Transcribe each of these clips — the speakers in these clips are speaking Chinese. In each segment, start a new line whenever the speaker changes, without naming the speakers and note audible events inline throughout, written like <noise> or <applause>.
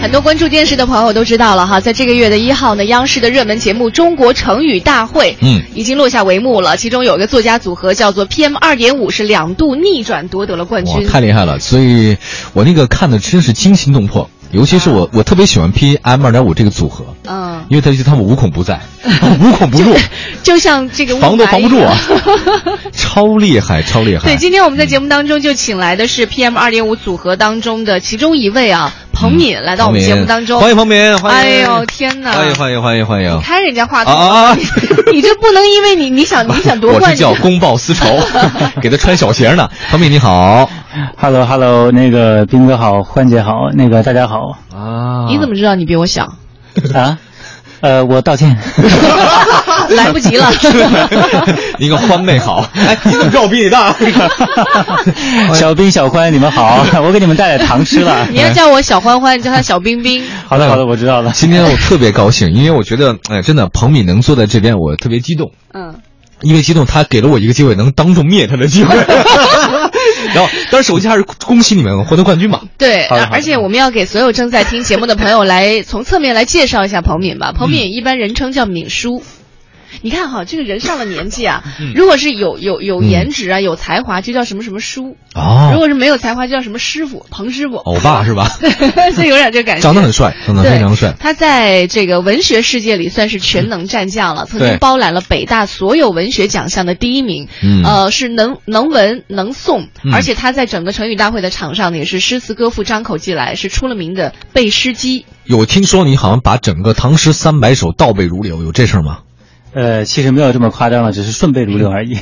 很多关注电视的朋友都知道了哈，在这个月的一号呢，央视的热门节目《中国成语大会》
嗯
已经落下帷幕了。其中有一个作家组合叫做 PM 二点五，是两度逆转夺得了冠
哇，
军。
太厉害了！所以我那个看的真是惊心动魄，尤其是
啊
我，我特别喜欢 PM 二点五这个组合，
嗯，
因为他他们无孔
<laughs>
不在，无孔不入，
就像这个雾
防都
霾
防不住
一样
啊， <laughs> 超厉害，超厉害！
<laughs> 对，今天我们在节目当中就请来的是 PM 二点五组合当中的其中一位啊，彭敏来到我们节目当中。
欢迎嗯彭敏，欢
哎
迎，
呦天哪！
欢迎欢迎欢迎欢迎！
开人家话筒，
啊啊啊
<laughs> 你这不能因为你你想你
<laughs>
想夺
我
冠，啊
这
你
叫公报
<laughs>
私仇，给他穿小鞋呢。彭敏你好
Hello Hello，那个斌哥好，欢姐好，那个大家
<laughs>
好
啊
你怎么知道你比我小？
啊，呃，我
<laughs>
道歉，
<laughs> 来不及了。 <laughs>
你个欢妹好，哎，你怎么知道我比你 <laughs> 大？
小斌小欢你们
<laughs>
好，我给你们带来糖吃了。
你要叫我小欢欢，你叫他小冰冰。
好的好的，我知道了。
今天我特别高兴，因为我觉得，哎，真的，彭敏能坐在这边，我特别激动。
嗯，
因为激动，他给了我一个机会，能当众灭他的机会。
<laughs>
然后，当然首先还是恭喜你们获得冠军吧。
对，
好的
而
好的
而且我们要给所有正在听节目的朋友来从侧面来介绍一下彭敏吧。彭
嗯
敏一般人称叫敏叔。你看哈，这个人上了年纪啊，
嗯
如果是有有有颜值啊、有才华，就叫什么什么叔；如
哦，
果是没有才华，就叫什么师傅，彭师傅。
欧巴是吧？
对， <laughs> 这有点这感觉。
长得很帅，长得
对
非常帅。
他在这个文学世界里算是全能战将了，曾经
对
包揽了北大所有文学奖项的第一名。
嗯
呃，是能能文能诵，
嗯
而且他在整个成语大会的场上呢，也是诗词歌赋张口即来，是出了名的背诗机。
有听说你好像把整个《唐诗三百首》倒背如流，有这事儿吗？
呃，其实没有这么夸张了，只是顺背如流而
<laughs>
已。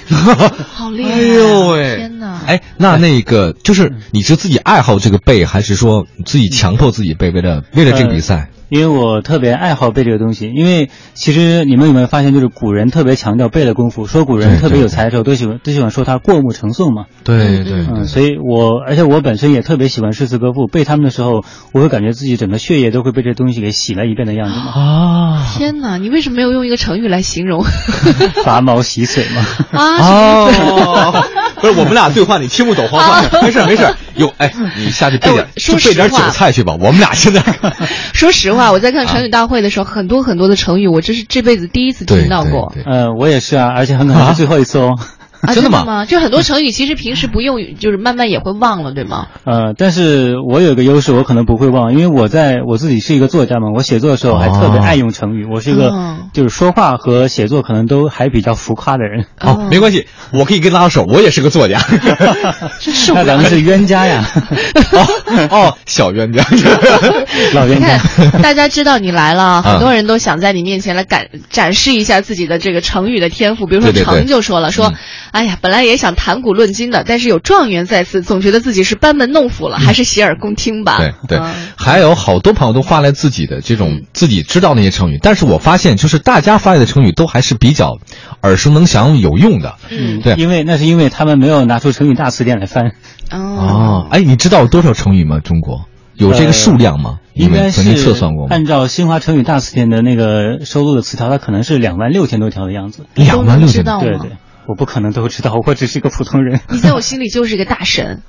好厉害、啊！
哎呦喂！
天哪！嗯
哎，那那个就是你是自己爱好这个背，还是说自己强迫自己背？为了
嗯
为了这个比赛，
因为我特别爱好背这个东西，因为其实你们有没有发现，就是古人特别强调背的功夫，说古
对
人特别
对
有才的时候，都喜欢都喜欢说他过目成诵嘛。
对
嗯
对
嗯，所以我而且我本身也特别喜欢诗词歌赋，背他们的时候，我会感觉自己整个血液都会被这东西给洗了一遍的样子
<laughs>
嘛，
啊
天哪！你为什么没有用一个成语来形
<laughs>
容
拔毛洗髓嘛。
啊？ <laughs>
哦，不是我们俩对话你听不懂，黄黄，没事没事，哟，
<laughs>
哎，你下去备点
哎我
就
说
备点
实话
韭菜去吧，我们俩
<laughs>
现在
说实话，我在看成语大会的时候，很多很多的成语，我这是这辈子第一次听到过。
对对
呃，我也是啊，而且很可能是最后一次哦。
啊，
真的吗
吗？就很多成语其实平时不用，就是慢慢也会忘了，对吗？
呃，但是我有一个优势，我可能不会忘，因为我在我自己是一个作家嘛，我写作的时候
哦
还特别爱用成语，我是一个
哦
就是说话和写作可能都还比较浮夸的人。
嗯
哦，没关系，我可以跟他拉手，我也是个
<laughs>
作家。
受不
那咱
了
们。是冤家呀，
哦哦，小冤家，
老
你
冤家。
看， <laughs> 大家知道你来了，
嗯
很多人都想在你面前来展展示一下自己的这个成语的天赋。比如说
对对对
程就说了，说
嗯，
哎呀，本来也想谈古论今的，但是有状元在此，总觉得自己是班门弄斧了，还是洗耳恭听吧。
嗯对对
嗯，
还有好多朋友都发来自己的这种
嗯
自己知道那些成语，但是我发现就是大家发来的成语都还是比较耳熟能详、有用的。
嗯，
对
因为那是因为他们没有拿出成语大词典来翻，
嗯
哦，，哎，你知道有多少成语吗？中国有这个数量
嗯
吗？你
应该
们
是
曾经测算过吗？
按照新华成语大词典的那个收录的词条，它可能是两万六千多条的样子。
两哎万六千
都能知道
多。
对
吗
对，我不可能都知道，我只是一个普通人。
你在我心里就是一个大
<laughs>
神，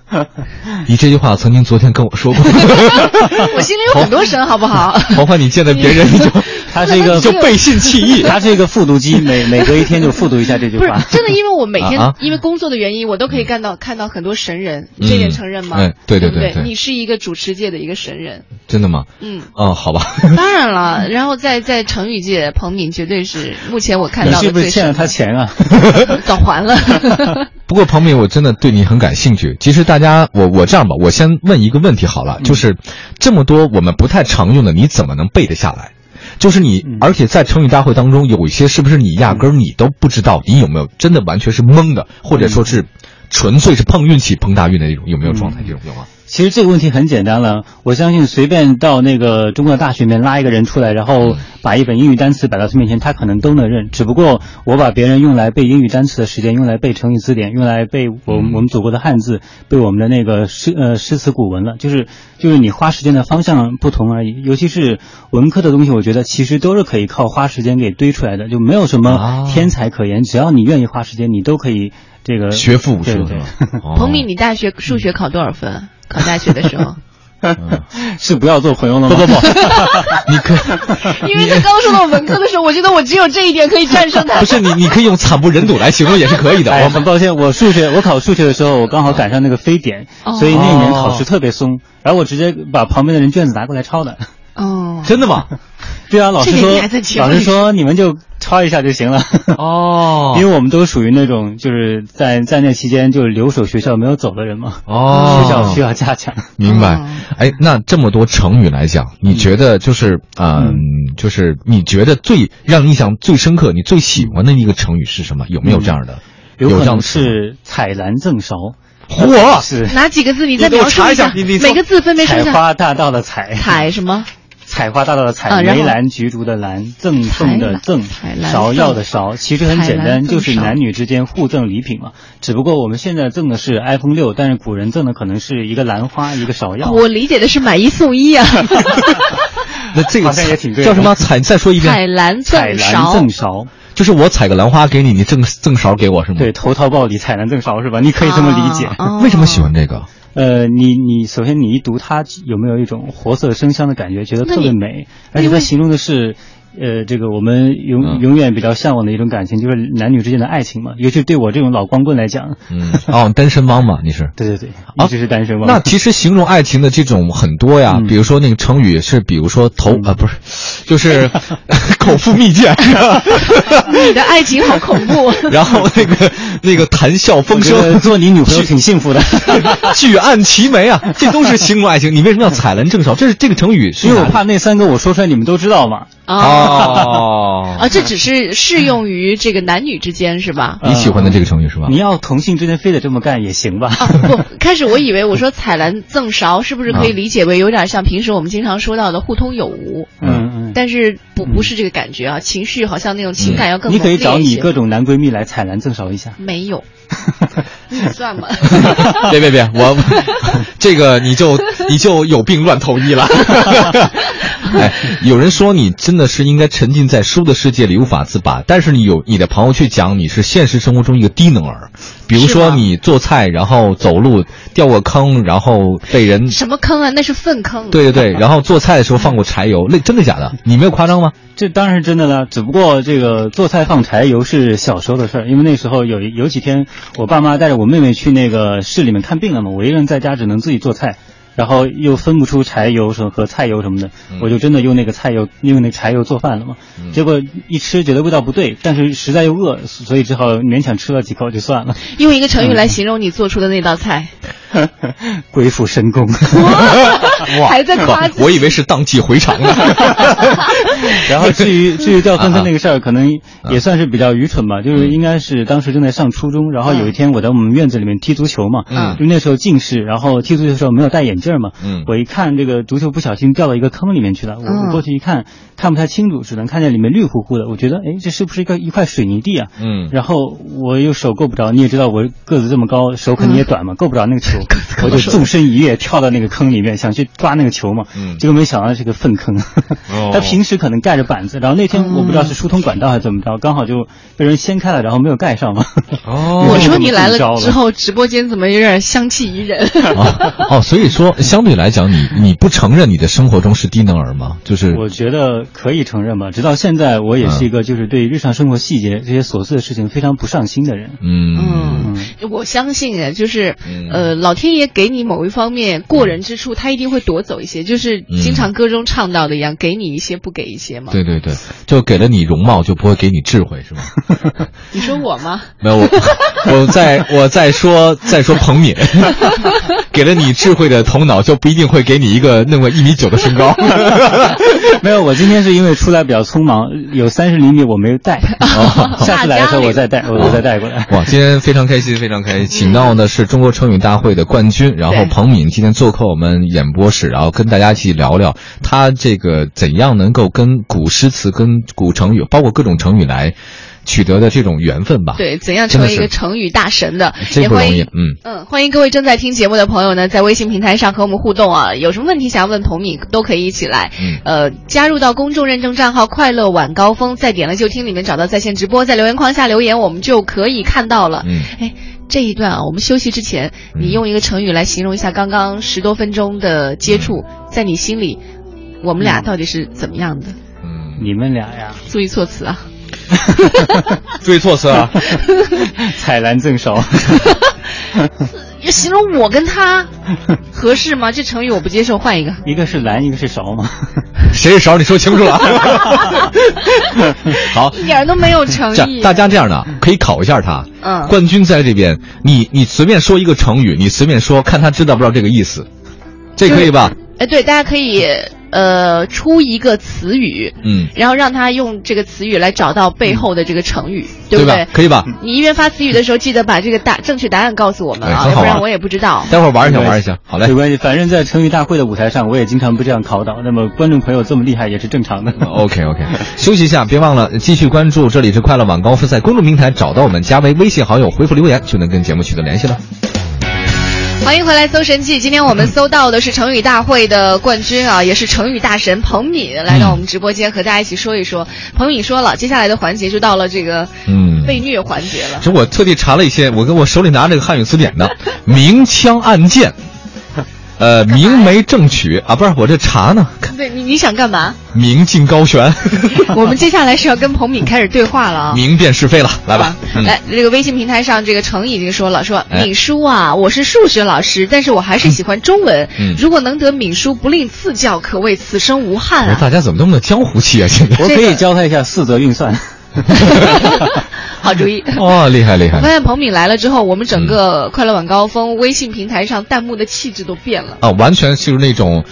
你这句话曾经昨天跟我
<laughs>
说过， <laughs>
我心里有很多神，好不好？
黄欢，你见到别人
<laughs>
你就
他是一个
你就背信弃义。
他是一个复读机，每每隔一天就复读一下这句
不是
话。
真的，因为我每天、
啊啊
因为工作的原因，我都可以看到看到很多神人，
嗯
这点承认吗？
哎对对
对不
对对
你是一个主持界的一个神人，
真的吗？
嗯，
哦，好吧，
<laughs> 当然了。然后在在成语界，彭敏绝对是目前我看
你
到
是
的
不是
最
欠了
神
他钱啊？
<laughs> 的，早还了。
<laughs> 不过彭敏，我真的对你很感兴趣。其实大家，我我这样吧，我先问一个问题好
嗯
了，就是这么多我们不太常用的，你怎么能背得下来？就是你，
嗯
而且在成语大会当中，有一些是不是你压根儿你都不知道，你有没有真的完全是懵的，或者说是
嗯
纯粹是碰运气、碰大运的那种，有没有状态？这种有吗？
其实这个问题很简单了，我相信随便到那个中国的大学里面拉一个人出来，
嗯
然后把一本英语单词摆到他面前，他可能都能认。只不过我把别人用来背英语单词的时间，用来背成语字典，用来背我
嗯
们我们祖国的汉字，背我们的那个诗呃诗词古文了。就是就是你花时间的方向不同而已。尤其是文科的东西，我觉得其实都是可以靠花时间给堆出来的，就没有什
啊
么天才可言。只要你愿意花时间，你都可以这个
学富五车
嗯对
是
对
吧？哦 <laughs>
彭敏，你大学数学考多少分？考大学的时候，
嗯
<laughs> 是不要做混用了吗？ <laughs>
不不不，你可
因为他刚说到文科的时候，我觉得我只有这一点可以战胜他
不。是你，你可以用惨不忍睹来形容也是可以的。
<laughs>
哦
哎，
我
很
们
抱歉，我数学我考数学的时候，我刚好赶上那个非典，
哦
所以那一年考试特别松，然后我直接把旁边的人卷子拿过来抄的。
哦，
真的吗？
对啊，老师
这点
说
你还在节，目
老
里
师说你们就抄一下就行了。
哦
<laughs> 因为我们都属于那种就是在在那期间就是留守学校没有走的人嘛，
哦
学校需要加强。
明白
哦。
嗯
哎，那这么多成语来讲，你觉得就是嗯，就是你觉得最让你印象最深刻、你最喜欢的一个成语是什么？有没有这样的？
有
这
可
样
能
的成语
是彩篮赠勺，
嚯
是
哪几个字？你再
你给我
描述
查一
下
下你你，说
每个字分别说
采
一下。
花大道的采，
采什么？
采花大道的
啊
采，
然后
梅兰菊竹的兰，赠送的赠
采兰，
芍药的芍，其实很
采
简
兰
单，
赠
就是男女之间互赠礼品嘛。只不过我们现在赠的是 iPhone 六，但是古人赠的可能是一个兰花，一个芍药。
我理解的是买一送一
<laughs>
啊。
那这个
好像也挺对的
叫什么？采？再说一遍，
采兰
采
赠
兰
勺
赠，勺，
就是我采个兰花给你，你赠赠勺给我是吗？
对，，投桃报李，采兰赠勺是吧？你可以这么理解。
啊
为什么喜？欢这个？
呃，你你首先你一读它有没有一种活色生香的感觉，觉得
那
特别
你
美，
那
而
你
且它
为
形容的是。呃，这个我们
嗯
永永远比较向往的一种感情，就是男女之间的爱情嘛。尤其对我这种老光棍来讲，
嗯，哦，单身汪嘛，你
<laughs>
是？
对对对，一直是单身汪。
啊那其实形容爱情的这种很多呀，
嗯
比如说那个成语是，比如说头啊、呃不是，就是 <laughs> 口腹蜜饯，
你的爱情好恐怖。
<laughs> 然后那个那个谈笑
我
风
觉得
生，
做你女朋友挺
<laughs>
幸福的，
啊举案齐眉啊，这都是形容爱情。你为什么要采兰正少？这是这个成语是 <laughs>
因为我
哪里
怕那三个我说出来你们都知道嘛。
<laughs> 哦
啊，，这只是适用于这个男女之间是吧？
你喜欢的这个成语是吧 <laughs>
你？要同性之间非得这么干也行吧？
啊不，开始我以为我说采兰赠勺是不是
啊
可以理解为有点像平时我们经常说到的互通有无？
嗯嗯。嗯
但是不不是这个感觉啊，情绪好像那种情感要更
你可以
浓
找
烈一
你
些
各种男闺蜜来采兰赠勺一下。
没
<laughs>
有，你算吧。
别别别，我这个你就你就有病乱投医了。 <laughs> 哎，有人说你真的是应该沉浸在书的世界里无法自拔，但是你有你的朋友去讲你是现实生活中一个低能儿，比如
是
说
吗
你做菜然后走路掉过坑，然后被人
什么坑啊？那是粪坑。
对对对，然后做菜的时候放过柴油，那真的假的？你没有夸张吗？
这当然是真的啦，只不过这个做菜放柴油是小时候的事儿，因为那时候有一有几天，我爸妈带着我妹妹去那个市里面看病了嘛，我一个人在家只能自己做菜，然后又分不出柴油什么和菜油什么的，我就真的用那个菜油用那个柴油做饭了嘛，结果一吃觉得味道不对，但是实在又饿，所以只好勉强吃了几口就算了， <laughs>
用一个成语
嗯
来形容你做出的那道菜，
鬼斧神工。
还在夸自己
我以为是荡气回肠
<laughs>
呢。
然后至于至于掉粪坑那个事儿，可能也算是比较愚蠢吧，就是应该是当时正在上初中，然后有一天我在我们院子里面踢足球嘛，
嗯
因为那时候近视，然后踢足球的时候没有戴眼镜嘛，
嗯
我一看这个足球不小心掉到一个坑里面去了，我
嗯
我过去一看看不太清楚，只能看见里面绿乎乎的，我觉得哎这是不是一个一块水泥地啊？
嗯，
然后我又手够不着，你也知道我个子这么高，手肯定也短嘛，够不着那个球，我就纵身一跃跳到那个坑里面，想去抓那个球嘛，
嗯哦
结果没想到是个粪坑。 <laughs> 他平时可能盖着板子，然后那天我不知道是疏通管道还是怎么
嗯
着，刚好就被人掀开了，然后没有盖上嘛。 <laughs>
哦
我说你来
我怎么
了
这
之
么
后，直播间怎么有点香气宜人？
哦哦，所以说相对来讲，你你不承认你的生活中是低能儿吗？就是
我觉得可以承认吧，直到现在我也是一个就是对日常生活细节这些琐碎的事情非常不上心的人。
<laughs> 嗯，
嗯，我相信啊，就是
嗯
呃，老天爷给你某一方面过人之处，他一定会夺走一些，就是经常歌中唱到的一样，给你一些不给一些嘛。
嗯对对对，就给了你容貌，就不会给你智慧，
<laughs>
是吗？
你说我吗？ <laughs>
没有，我我在我在说在说彭
<laughs>
敏，给了你智慧的头脑，就不一定会给你一个那么一米九的
<laughs>
身高。
没有，我今天是因为出来比较匆忙，有三十厘米我没有
<laughs>
带，哦下次来的时候我再带，我我再带过来。
哇，今天非常开心，非常开心，请到的是中国成语大会的冠军，然后
嗯对
彭敏今天做客我们演播室，然后跟大家一起聊聊他这个怎样能够跟古诗词、跟古成语，包括各种成语来取得的这种缘分吧。，
对，怎样
真
成
的
为一
是
个成语大神的？
这
也
不容
欢
易
迎。。
嗯。
嗯，欢迎各位正在听节目的朋友呢，在微信平台上和我们互动啊，有什么问题想要问彭敏，都可以一起来，
嗯
呃，加入到公众认证账号“快乐晚高峰”，在点了就听里面找到在线直播，在留言框下留言，我们就可以看到了。
嗯
哎，这一段啊，我们休息之前，
嗯
你用一个成语来形容一下刚刚十多分钟的接触，在你心里，我们俩到底是怎么样的？
嗯，
你们俩呀，
<laughs>
<laughs>
注意措辞啊！
注意措辞
<laughs>
啊。
彩篮赠手，
要形容我跟他合适 <laughs> 吗？这成语我不接受，换一个。
一个是篮，一个是勺嘛。
谁是勺？你说清楚了。
<laughs>
<laughs> 好，
一点儿都没有诚
这
<laughs> 意。
样大家这样的可以考一下他。
嗯
冠军在这边，你你随便说一个成语，你随便说，看他知道不知道这个意思，这可以吧？
哎，对，大家可以呃出一个词语，
嗯，
然后让他用这个词语来找到背后的这个成语，嗯对不
吧？可以吧？
你一边发词语的时候，记得把这个答正确答案告诉我们
哎
啊，
很
要
好
不
玩
然我也不知道。
待会儿玩一下，玩一下。好嘞
没。关系，反正在成语大会的舞台上，我也经常被这样考倒。那么观众朋友这么厉害也是正常的。
OK OK，休息一下，别忘了继续关注，这里是快乐晚高峰，在公众平台找到我们，加为微信好友，回复留言就能跟节目取得联系了。
欢迎回来，《搜神记》。今天我们搜到的是成语大会的冠军啊，也是成语大神彭敏来到我们直播间和大家一起说一说。彭敏说了，接下来的环节就到了这个
嗯
被虐环节了。
这我特地查了一些，我跟我手里拿这个汉语词典的明枪
<laughs>
暗箭，呃，明媒正娶啊，不是我这查呢，
对你你想干嘛？
<laughs> 明镜
<laughs>
高悬，
我们接下来是要跟彭敏开始对话了啊。
明辨是非了，来吧
啊，
嗯、
来，这个微信平台上，这个程已经说了，说
哎
敏叔啊，我是数学老师，但是我还是喜欢中文
嗯。
如果能得敏叔不吝赐教，可谓此生无憾
我说
啊！
<laughs> 大家怎么那么江湖气啊？今天
我 <laughs> 可以教他一下四则运算。
<laughs>
好主意。
哦，厉害厉害
我发现彭敏来了之后，我们整个快乐晚高峰微信平台上弹幕的气质都变了。
啊，完全就是那种，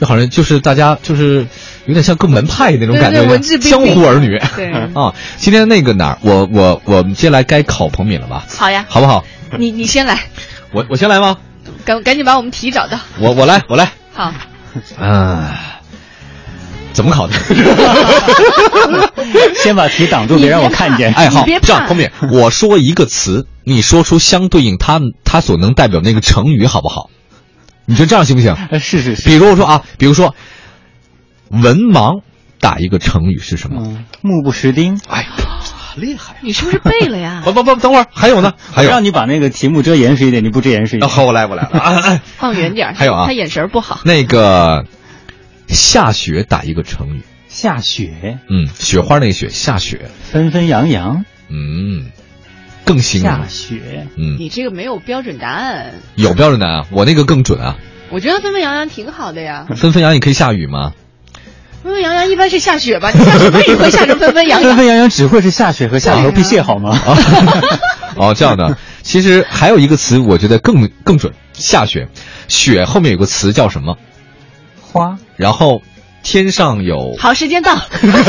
就好像就是大家就是有点像各门派那种
对
感
对，
觉，
文质彬
江
彬。
湖儿女。
对，
<laughs> 啊，今天那个哪儿，我我我们接下来该考彭敏了吧？
好呀，
好不好？
<laughs> 你你先来，
我我先来吗？
赶赶紧把我们题找到。
我我来我来。
好，
啊，怎么考的？
先把题挡住，别让我看见。
哎，好
你别，怕
这样，
<laughs>
彭敏，我说一个词，你说出相对应它它所能代表那个成语，好不好？你觉得这样行不行？
<laughs> 哎是是是。
比如我说啊，比如说“文盲”打一个成语是什么？
嗯，目不识丁。
哎呀，厉害！
你是不是背了呀
啊
<laughs> 不？不不，等会儿还有呢，还有。
让你把那个题目遮严实一点，你不遮严实一
啊
点。
好，我来，我来了啊。哎
放远点儿。
还有啊
他眼神儿不好。
<laughs> 那个“下雪”打一个成语，
下雪，
嗯，雪花那个雪，下雪，
纷纷扬扬，
嗯，更形容
下，雪。
嗯，
你这个没有标准答案，
有标准答案，我那个更准
<laughs>
啊。
我觉得纷纷扬扬挺好的
<laughs>
呀。
纷纷扬，你可以下雨吗？
纷纷扬扬一般是下雪吧？你下什么雨会下成纷纷扬
纷
扬？
纷扬扬只会是下雪和下河皮蟹，好吗？
啊，哦，这样的。其实还有一个词，我觉得更更准，下雪。雪后面有个词叫什么？
<laughs> 花，
然后天上有。
好，时间到。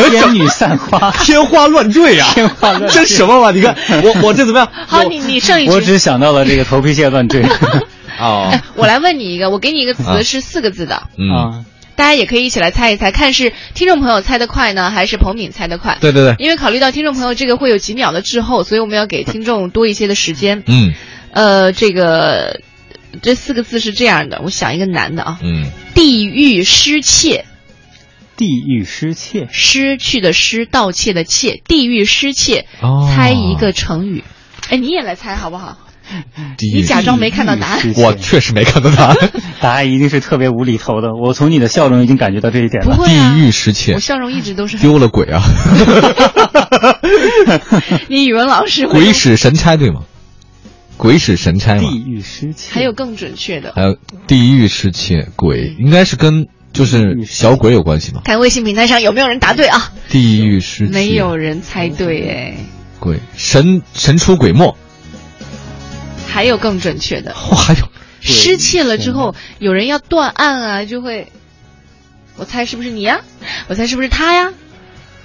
天女散花
<laughs> 天花乱坠呀、
天花乱坠
这什么玩意？
<laughs>
你看我我这怎么样？
好，你你剩一
我
句。
只想到了这个头皮蟹乱
<laughs>
坠。啊
哦，
哎，我来问你一个，我给你一个
啊
词是四个字的，
嗯，
啊，
大家也可以一起来猜一猜，看是听众朋友猜得快呢，还是彭敏猜得快。
对对对，
因为考虑到听众朋友这个会有几秒的滞后，所以我们要给听众多一些的时间。 <laughs>
嗯
呃，这个这四个字是这样的，我想一个难的啊，
嗯，
地狱失窃，
地狱失窃，
失去的失，盗窃的窃，地狱失窃，
哦
猜一个成语。哎，你也来猜好不好？
第一
你假装没看到答案
地狱失窃
我确实没看到答
<laughs>
案。
答案一定是特别无厘头的。我从你的笑容已经感觉到这一点
不
了。
会啊
地，狱失窃
我，笑容一直都是。
丢了鬼啊！
<laughs>
<laughs>
你语文老师会
鬼使神差对吗？鬼使神差嘛。
地狱失窃，
还有更准确的。
还有地狱失窃鬼，应该是跟就是小鬼有关系吗？
看微信平台上有没有人答对啊？
地狱失窃
没有人猜对
鬼，神神出鬼没。
哎，还有更准确的，
哇，还有
失窃了之后，有人要断案啊，就会，我猜是不是你呀、我猜是不是他呀？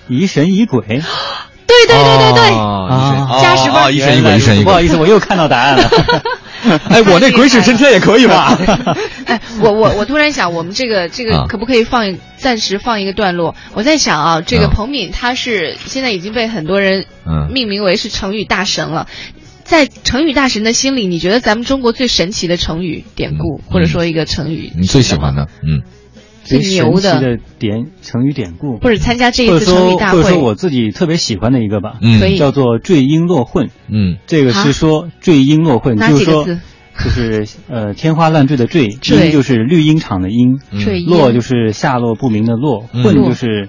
疑神疑鬼。
对对对对对，
啊
加十分
啊一哦神一鬼，一神一
不好意
鬼。
思，我又看到答案了。
<laughs> 哎，我那鬼使神差也可以
<laughs>
吧？
哎， <laughs> 我我我突然想，我们这个这
啊
个可不可以放一、暂时放一个段落？我在想啊，这个
嗯
彭敏他是现在已经被很多人
嗯
命名为是成语大神了。在成语大神的心里，你觉得咱们中国最神奇的成语典故，
嗯
或者说一个成语，
你最喜欢的，嗯，
最牛
神奇
的，
的典成语典故，
或者参加这一
或
次
者
成
说
语大
或者
会
说，我自己特别喜欢的一个吧，
嗯
可以
叫做坠鹰落混。
嗯
这个是说坠鹰落混，
啊哪
就
几
是
个
说
字
就是呃天花乱坠的坠，
坠
鹰就是绿茵场的鹰，
嗯
坠鹰
落就是下落不明的落，
嗯
混就是。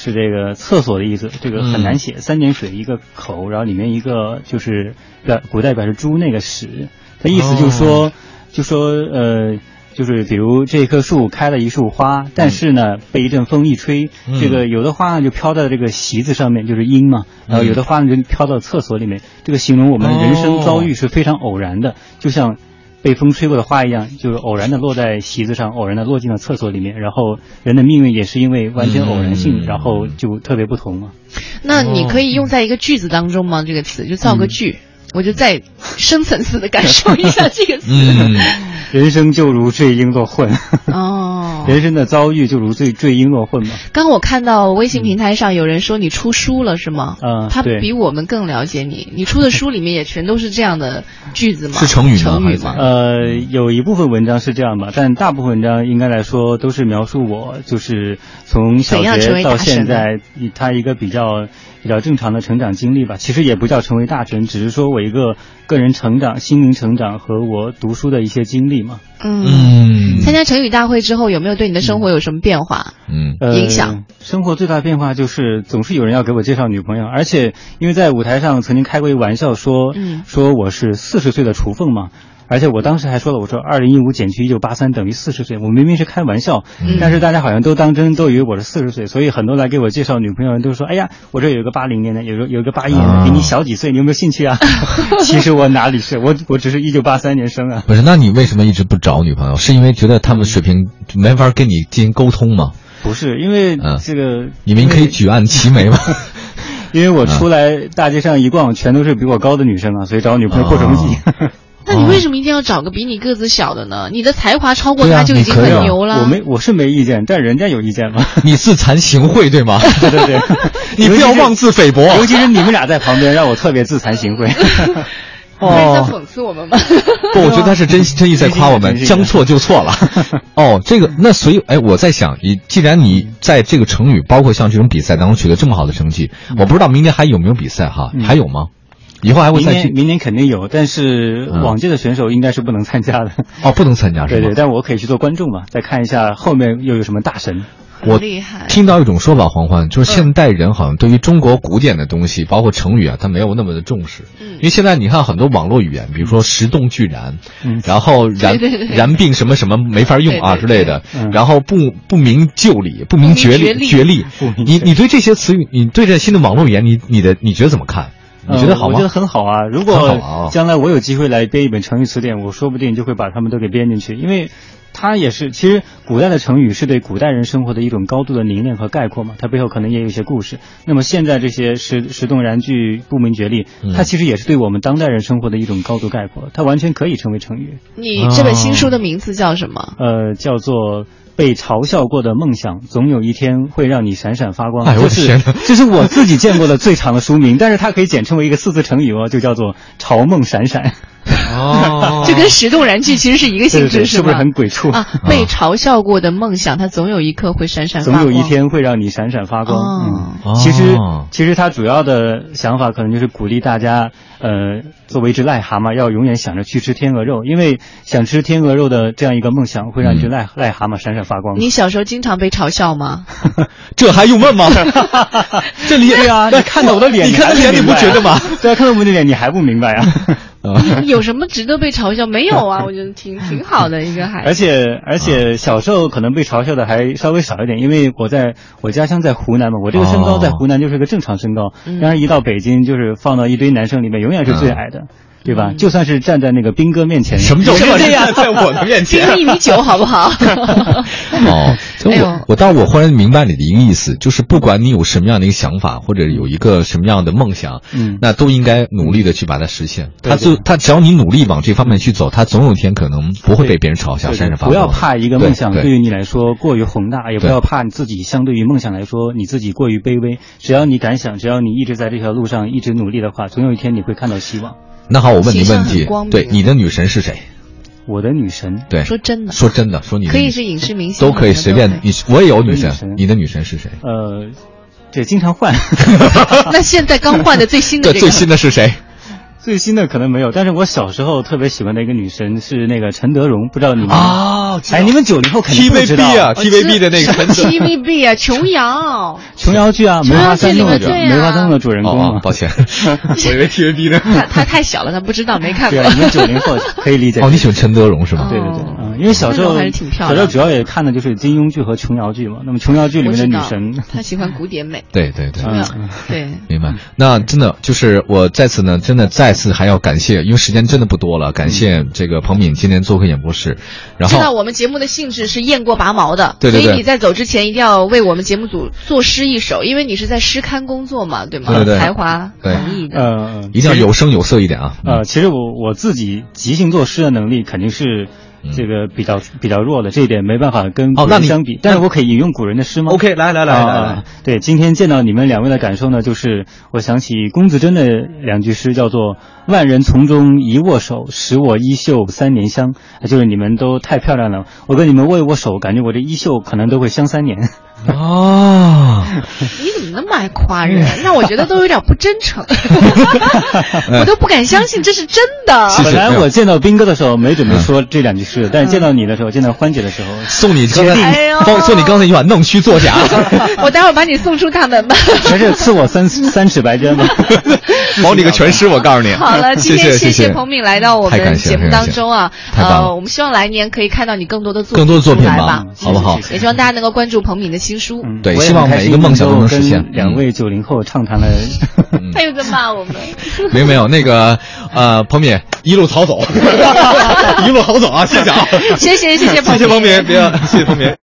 是这个厕所的意思，这个
嗯
很难写，三点水一个口，然后里面一个就是表古代表示猪那个屎，它意思就是说，
哦
就说呃，就是比如这棵树开了一束花，但是呢、被一阵风一吹，
嗯
这个有的花呢就飘到这个席子上面，就是阴嘛，然后有的花呢就飘到厕所里面，这个形容我们人生遭遇是非常偶然的，就像被风吹过的花一样，就是偶然的落在席子上，偶然的落进了厕所里面，然后人的命运也是因为完全偶然性，
嗯
然后就特别不同嘛。
那你可以用在一个句子当中吗？这个词就造个
嗯
句，我就再深层次的感受一下这个词。
嗯，
<laughs>
人生就如坠鹰落混， <laughs>
哦，
人生的遭遇就如坠坠鹰落混嘛。
刚刚我看到微信平台上有人说你出书了是吗？
嗯
他
对
比我们更了解你。你出的书里面也全都是这样的句子吗？
是成语吗
成
还
语
是
吗？
呃，有一部分文章是这样吧，但大部分文章应该来说都是描述我，就是从小
怎样成为
学
大
到
神
现在，以他一个比较比较正常的成长经历吧。其实也不叫成为大神，只是说我一个个人成长、心灵成长和我读书的一些经历嘛。
嗯。
嗯
参加成语大会之后，有没有对你的生活有什么变化？
嗯
呃，
影响
生活最大的变化就是总是有人要给我介绍女朋友，而且因为在舞台上曾经开过一玩笑说，
嗯
说我是四十岁的雏凤嘛。而且我当时还说了，我说二零一五减去一九八三等于四十岁，我明明是开玩笑，
嗯
但是大家好像都当真，都以为我是四十岁，所以很多来给我介绍女朋友的人都说，哎呀，我这有一个八零年的，有个有一个八一年的，比你小几岁，你有没有兴趣
<laughs>
啊？其实我哪里是，我我只是一九八三年生啊。
不是，那你为什么一直不找女朋友？是因为觉得他们水平没法跟你进行沟通吗？
不是，因为
嗯
这个，
你们可以举案齐眉
<laughs>
吗？
因为我出来大街上一逛，全都是比我高的女生啊，所以找女朋友不容易。嗯
那你为什么一定要找个比你个子小的呢？你的才华超过
对啊
他就已经
你可以啊
很牛了。
<laughs> 我
<laughs>
没我是没意见，但人家有意见嘛。 <laughs>
你自惭形秽对吗？
对对 <laughs> 对，
你不要妄自菲薄。啊
尤其是你们俩在旁边，让我特别自惭形秽。 <laughs>
不是
哦
在讽刺我们吗？
不，我觉得他是真真意在夸我们，
真心的
将错就错了。 <laughs> 哦，这个那所以，哎，我在想，你既然你在这个成语，包括像这种比赛当中取得这么好的成绩，我不知道明年还有没有比赛哈？
嗯
还有吗？以后还会
明
再
年
去？
明年肯定有，但是
嗯
往届的选手应该啊是不能参加的。
哦，不能参加是
对
吗？
对，但我可以去做观众嘛，再看一下后面又有什么大神。
我
很厉害。
听到一种说法，黄欢就是现代人好像对于中国古典的东西，包括成语啊，他没有那么的重视。
嗯
因为现在你看很多网络语言，比如说“十动俱燃”，
嗯
然后然
对对对
然并什么什么没法用
<laughs>
啊
对对
之类的
嗯，
然后不不明就里、不明觉
不明
觉
觉 <laughs>
厉。你你对这些词语，你对这新的网络语言，你你的你觉得怎么看？你呃觉得
嗯
好
我
<laughs>
吗
觉得？很好啊！如
很好啊
果将来我有机会来编一本成语词典，我说不定就会把它们都给编进去，因为它也是其实古代的成语是对古代人生活的一种高度的凝练和概括嘛，它背后可能也有一些故事。那么现在这些石石动燃具不明觉厉
嗯，
它其实也是对我们当代人生活的一种高度概括，它完全可以成为成语，
你这本新书的名字叫什么？
呃，叫做。被嘲笑过的梦想，总有一天会让你闪闪发光。
哎呦
这
我的天
是
哪
这是我自己见过的最长的书名，但是它可以简称为一个四字成语哦，就叫做“朝梦闪闪
哦
这跟石动燃具其实是一个”，
对
性
对对，
质，
是不
吗？
是很嗯鬼畜？
啊，被嘲笑过的梦想，它总有一刻会闪闪发
总
光。
有一天会让你闪闪发光。
哦
嗯，其实
哦
其实它主要的想法可能就是鼓励大家，呃，作为一只癞蛤蟆，要永远想着去吃天鹅肉，因为想吃天鹅肉的这样一个梦想，会让
嗯
一只癞癞蛤蟆闪闪发光。
你小时候经常被嘲笑
<laughs>
吗？
这还用
<laughs>
问吗？ <laughs> 这里
对啊， <laughs> 你看到我的脸，
你看
还
他脸，你
明
不
白啊
觉得吗？？
<laughs>
哎
对啊，看到我的脸，你还不明白
<laughs>
啊？
你有什么值得被嘲笑？没有啊，我觉得挺挺好的一个孩
而
子。
且而且小时候可能被嘲笑的还稍微少一点，因为我在我家乡在湖南嘛，我这个身
哦
高在湖南就是个正常身高，
嗯
但是一到北京就是放到一堆男生里面，永远是最矮的，对吧？就算是站在那个兵哥面
嗯
前，
什么叫
什
<laughs>
么这样
在我的面
今
前？
年一米
<laughs>
九，好不好？
<laughs>
哦，所以我、
哎呦
我当我忽然明白你的一个意思，就是不管你有什么样的一个想法，或者有一个什么样的梦想，
嗯
那都应该努力的去把它实现。
对
他就
对
他只要你努力往这方面去走，他总有一天可能不会被别人嘲笑，
对
闪闪发
不
光。
要怕一个梦想
对
对于你来说过于宏大，也不
对
要怕你自己相对于梦想来说你自己过于卑微。只要你敢想，只要你一直在这条路上一直努力的话，总有一天你会看到希望。
那好，我问你问
形象
题
很光，明啊
对，你的女神是谁？
我的女神。
对，
说真的，
说真的，说你的
可以
女
是影视明星，啊
都可以
什么
随便
可以。
你，我也有女
女神
神，你的女神是谁？
呃，对，经常
<laughs>
换。
那现在刚换的最新的
对，
这个
最，新的是谁？
最新的可能没有，但是我小时候特别喜欢的一个女神是那个陈德容，不知道你们
啊
哎，你们九零后肯定不知道
TVB
哦
啊，TVB 的那个陈德。
TVB 啊，琼瑶，
琼瑶剧啊，梅花三弄的主
琼瑶剧里面对啊
梅花三弄的主人公
哦
嘛，
哦，
<laughs>
抱歉，我以为 TVB 呢。
他他太小了，他不知道，没看
对
过
啊，。你们九
<laughs>
零后可以理解
哦，。你喜欢陈德容是吗？
对对对
哦，
嗯，因为小时
那
候
种还是挺漂亮
小
的
时候主要也看的就是金庸剧和琼瑶剧嘛。那么琼瑶剧里
我
面
知
的女
道
神，
他喜欢古典
<laughs>
美。
对对对。
没有
嗯
对，
明白，那真的就是我在此呢，真的再次还要感谢，因为时间真的不多了，感谢这个彭敏今天做客演播室，然
知道
后
我们节目的性质是雁过拔毛的，
对对对
所以你在走之前一定要为我们节目组作诗一首，因为你是在诗刊工作嘛，对吗？
对对对
才华
对
横溢的，
呃，
一定要有声有色一点啊。嗯
呃，其实我我自己即兴作诗的能力肯定是这个比较、比较弱的，这一点没办法跟
嗯哦
古
那
人
你
相比。但是我可以引用古人的诗吗
OK，来来来
啊
来来来
对，今天见到你们两位的感受呢，就是我想起龚自珍的两句诗，叫做“万人丛中一握手，使我衣袖三年香”，就是你们都太漂亮了，我跟你们握一握手，感觉我这衣袖可能都会香
<laughs>
三年。
哦，
你怎么那么爱夸人？
嗯
那我觉得都有点不真
<laughs>
诚， <laughs> 我都不敢相信这是真的。
其实
本来
没有
我见到斌哥的时候没准备
嗯
说这两句诗的，但是见到你的
<laughs>
时候，见到欢姐的时候，
送你刚才，
哎呦
送送你刚才一句话，弄虚作假。
<laughs> 我待会儿把你送出大
<laughs>
门吧。
全是赐我三三尺白笺吧。
保你个全尸，我告诉你。
好
<laughs>
了，今天谢
谢谢
彭敏来到我
太感
们
谢
节目
太感谢
当中啊，
太棒
呃，
了
我们希望来年可以看到你更多的作
更多的作品
出来
吧
吧，，
好不好
谢？谢
也希望大家能够关注彭敏的新书。
嗯
<laughs> 对
我也
希望
很开
每一
心
个梦想
能
都能
够
实
跟
现嗯
两位九零后畅谈了，
他又在骂
<laughs>
我们。
没有没有，那个呃，彭敏一路逃走，一路好走啊，谢谢啊，
谢谢谢谢彭
<laughs> 谢
敏
<laughs> 谢彭敏，别谢谢彭敏。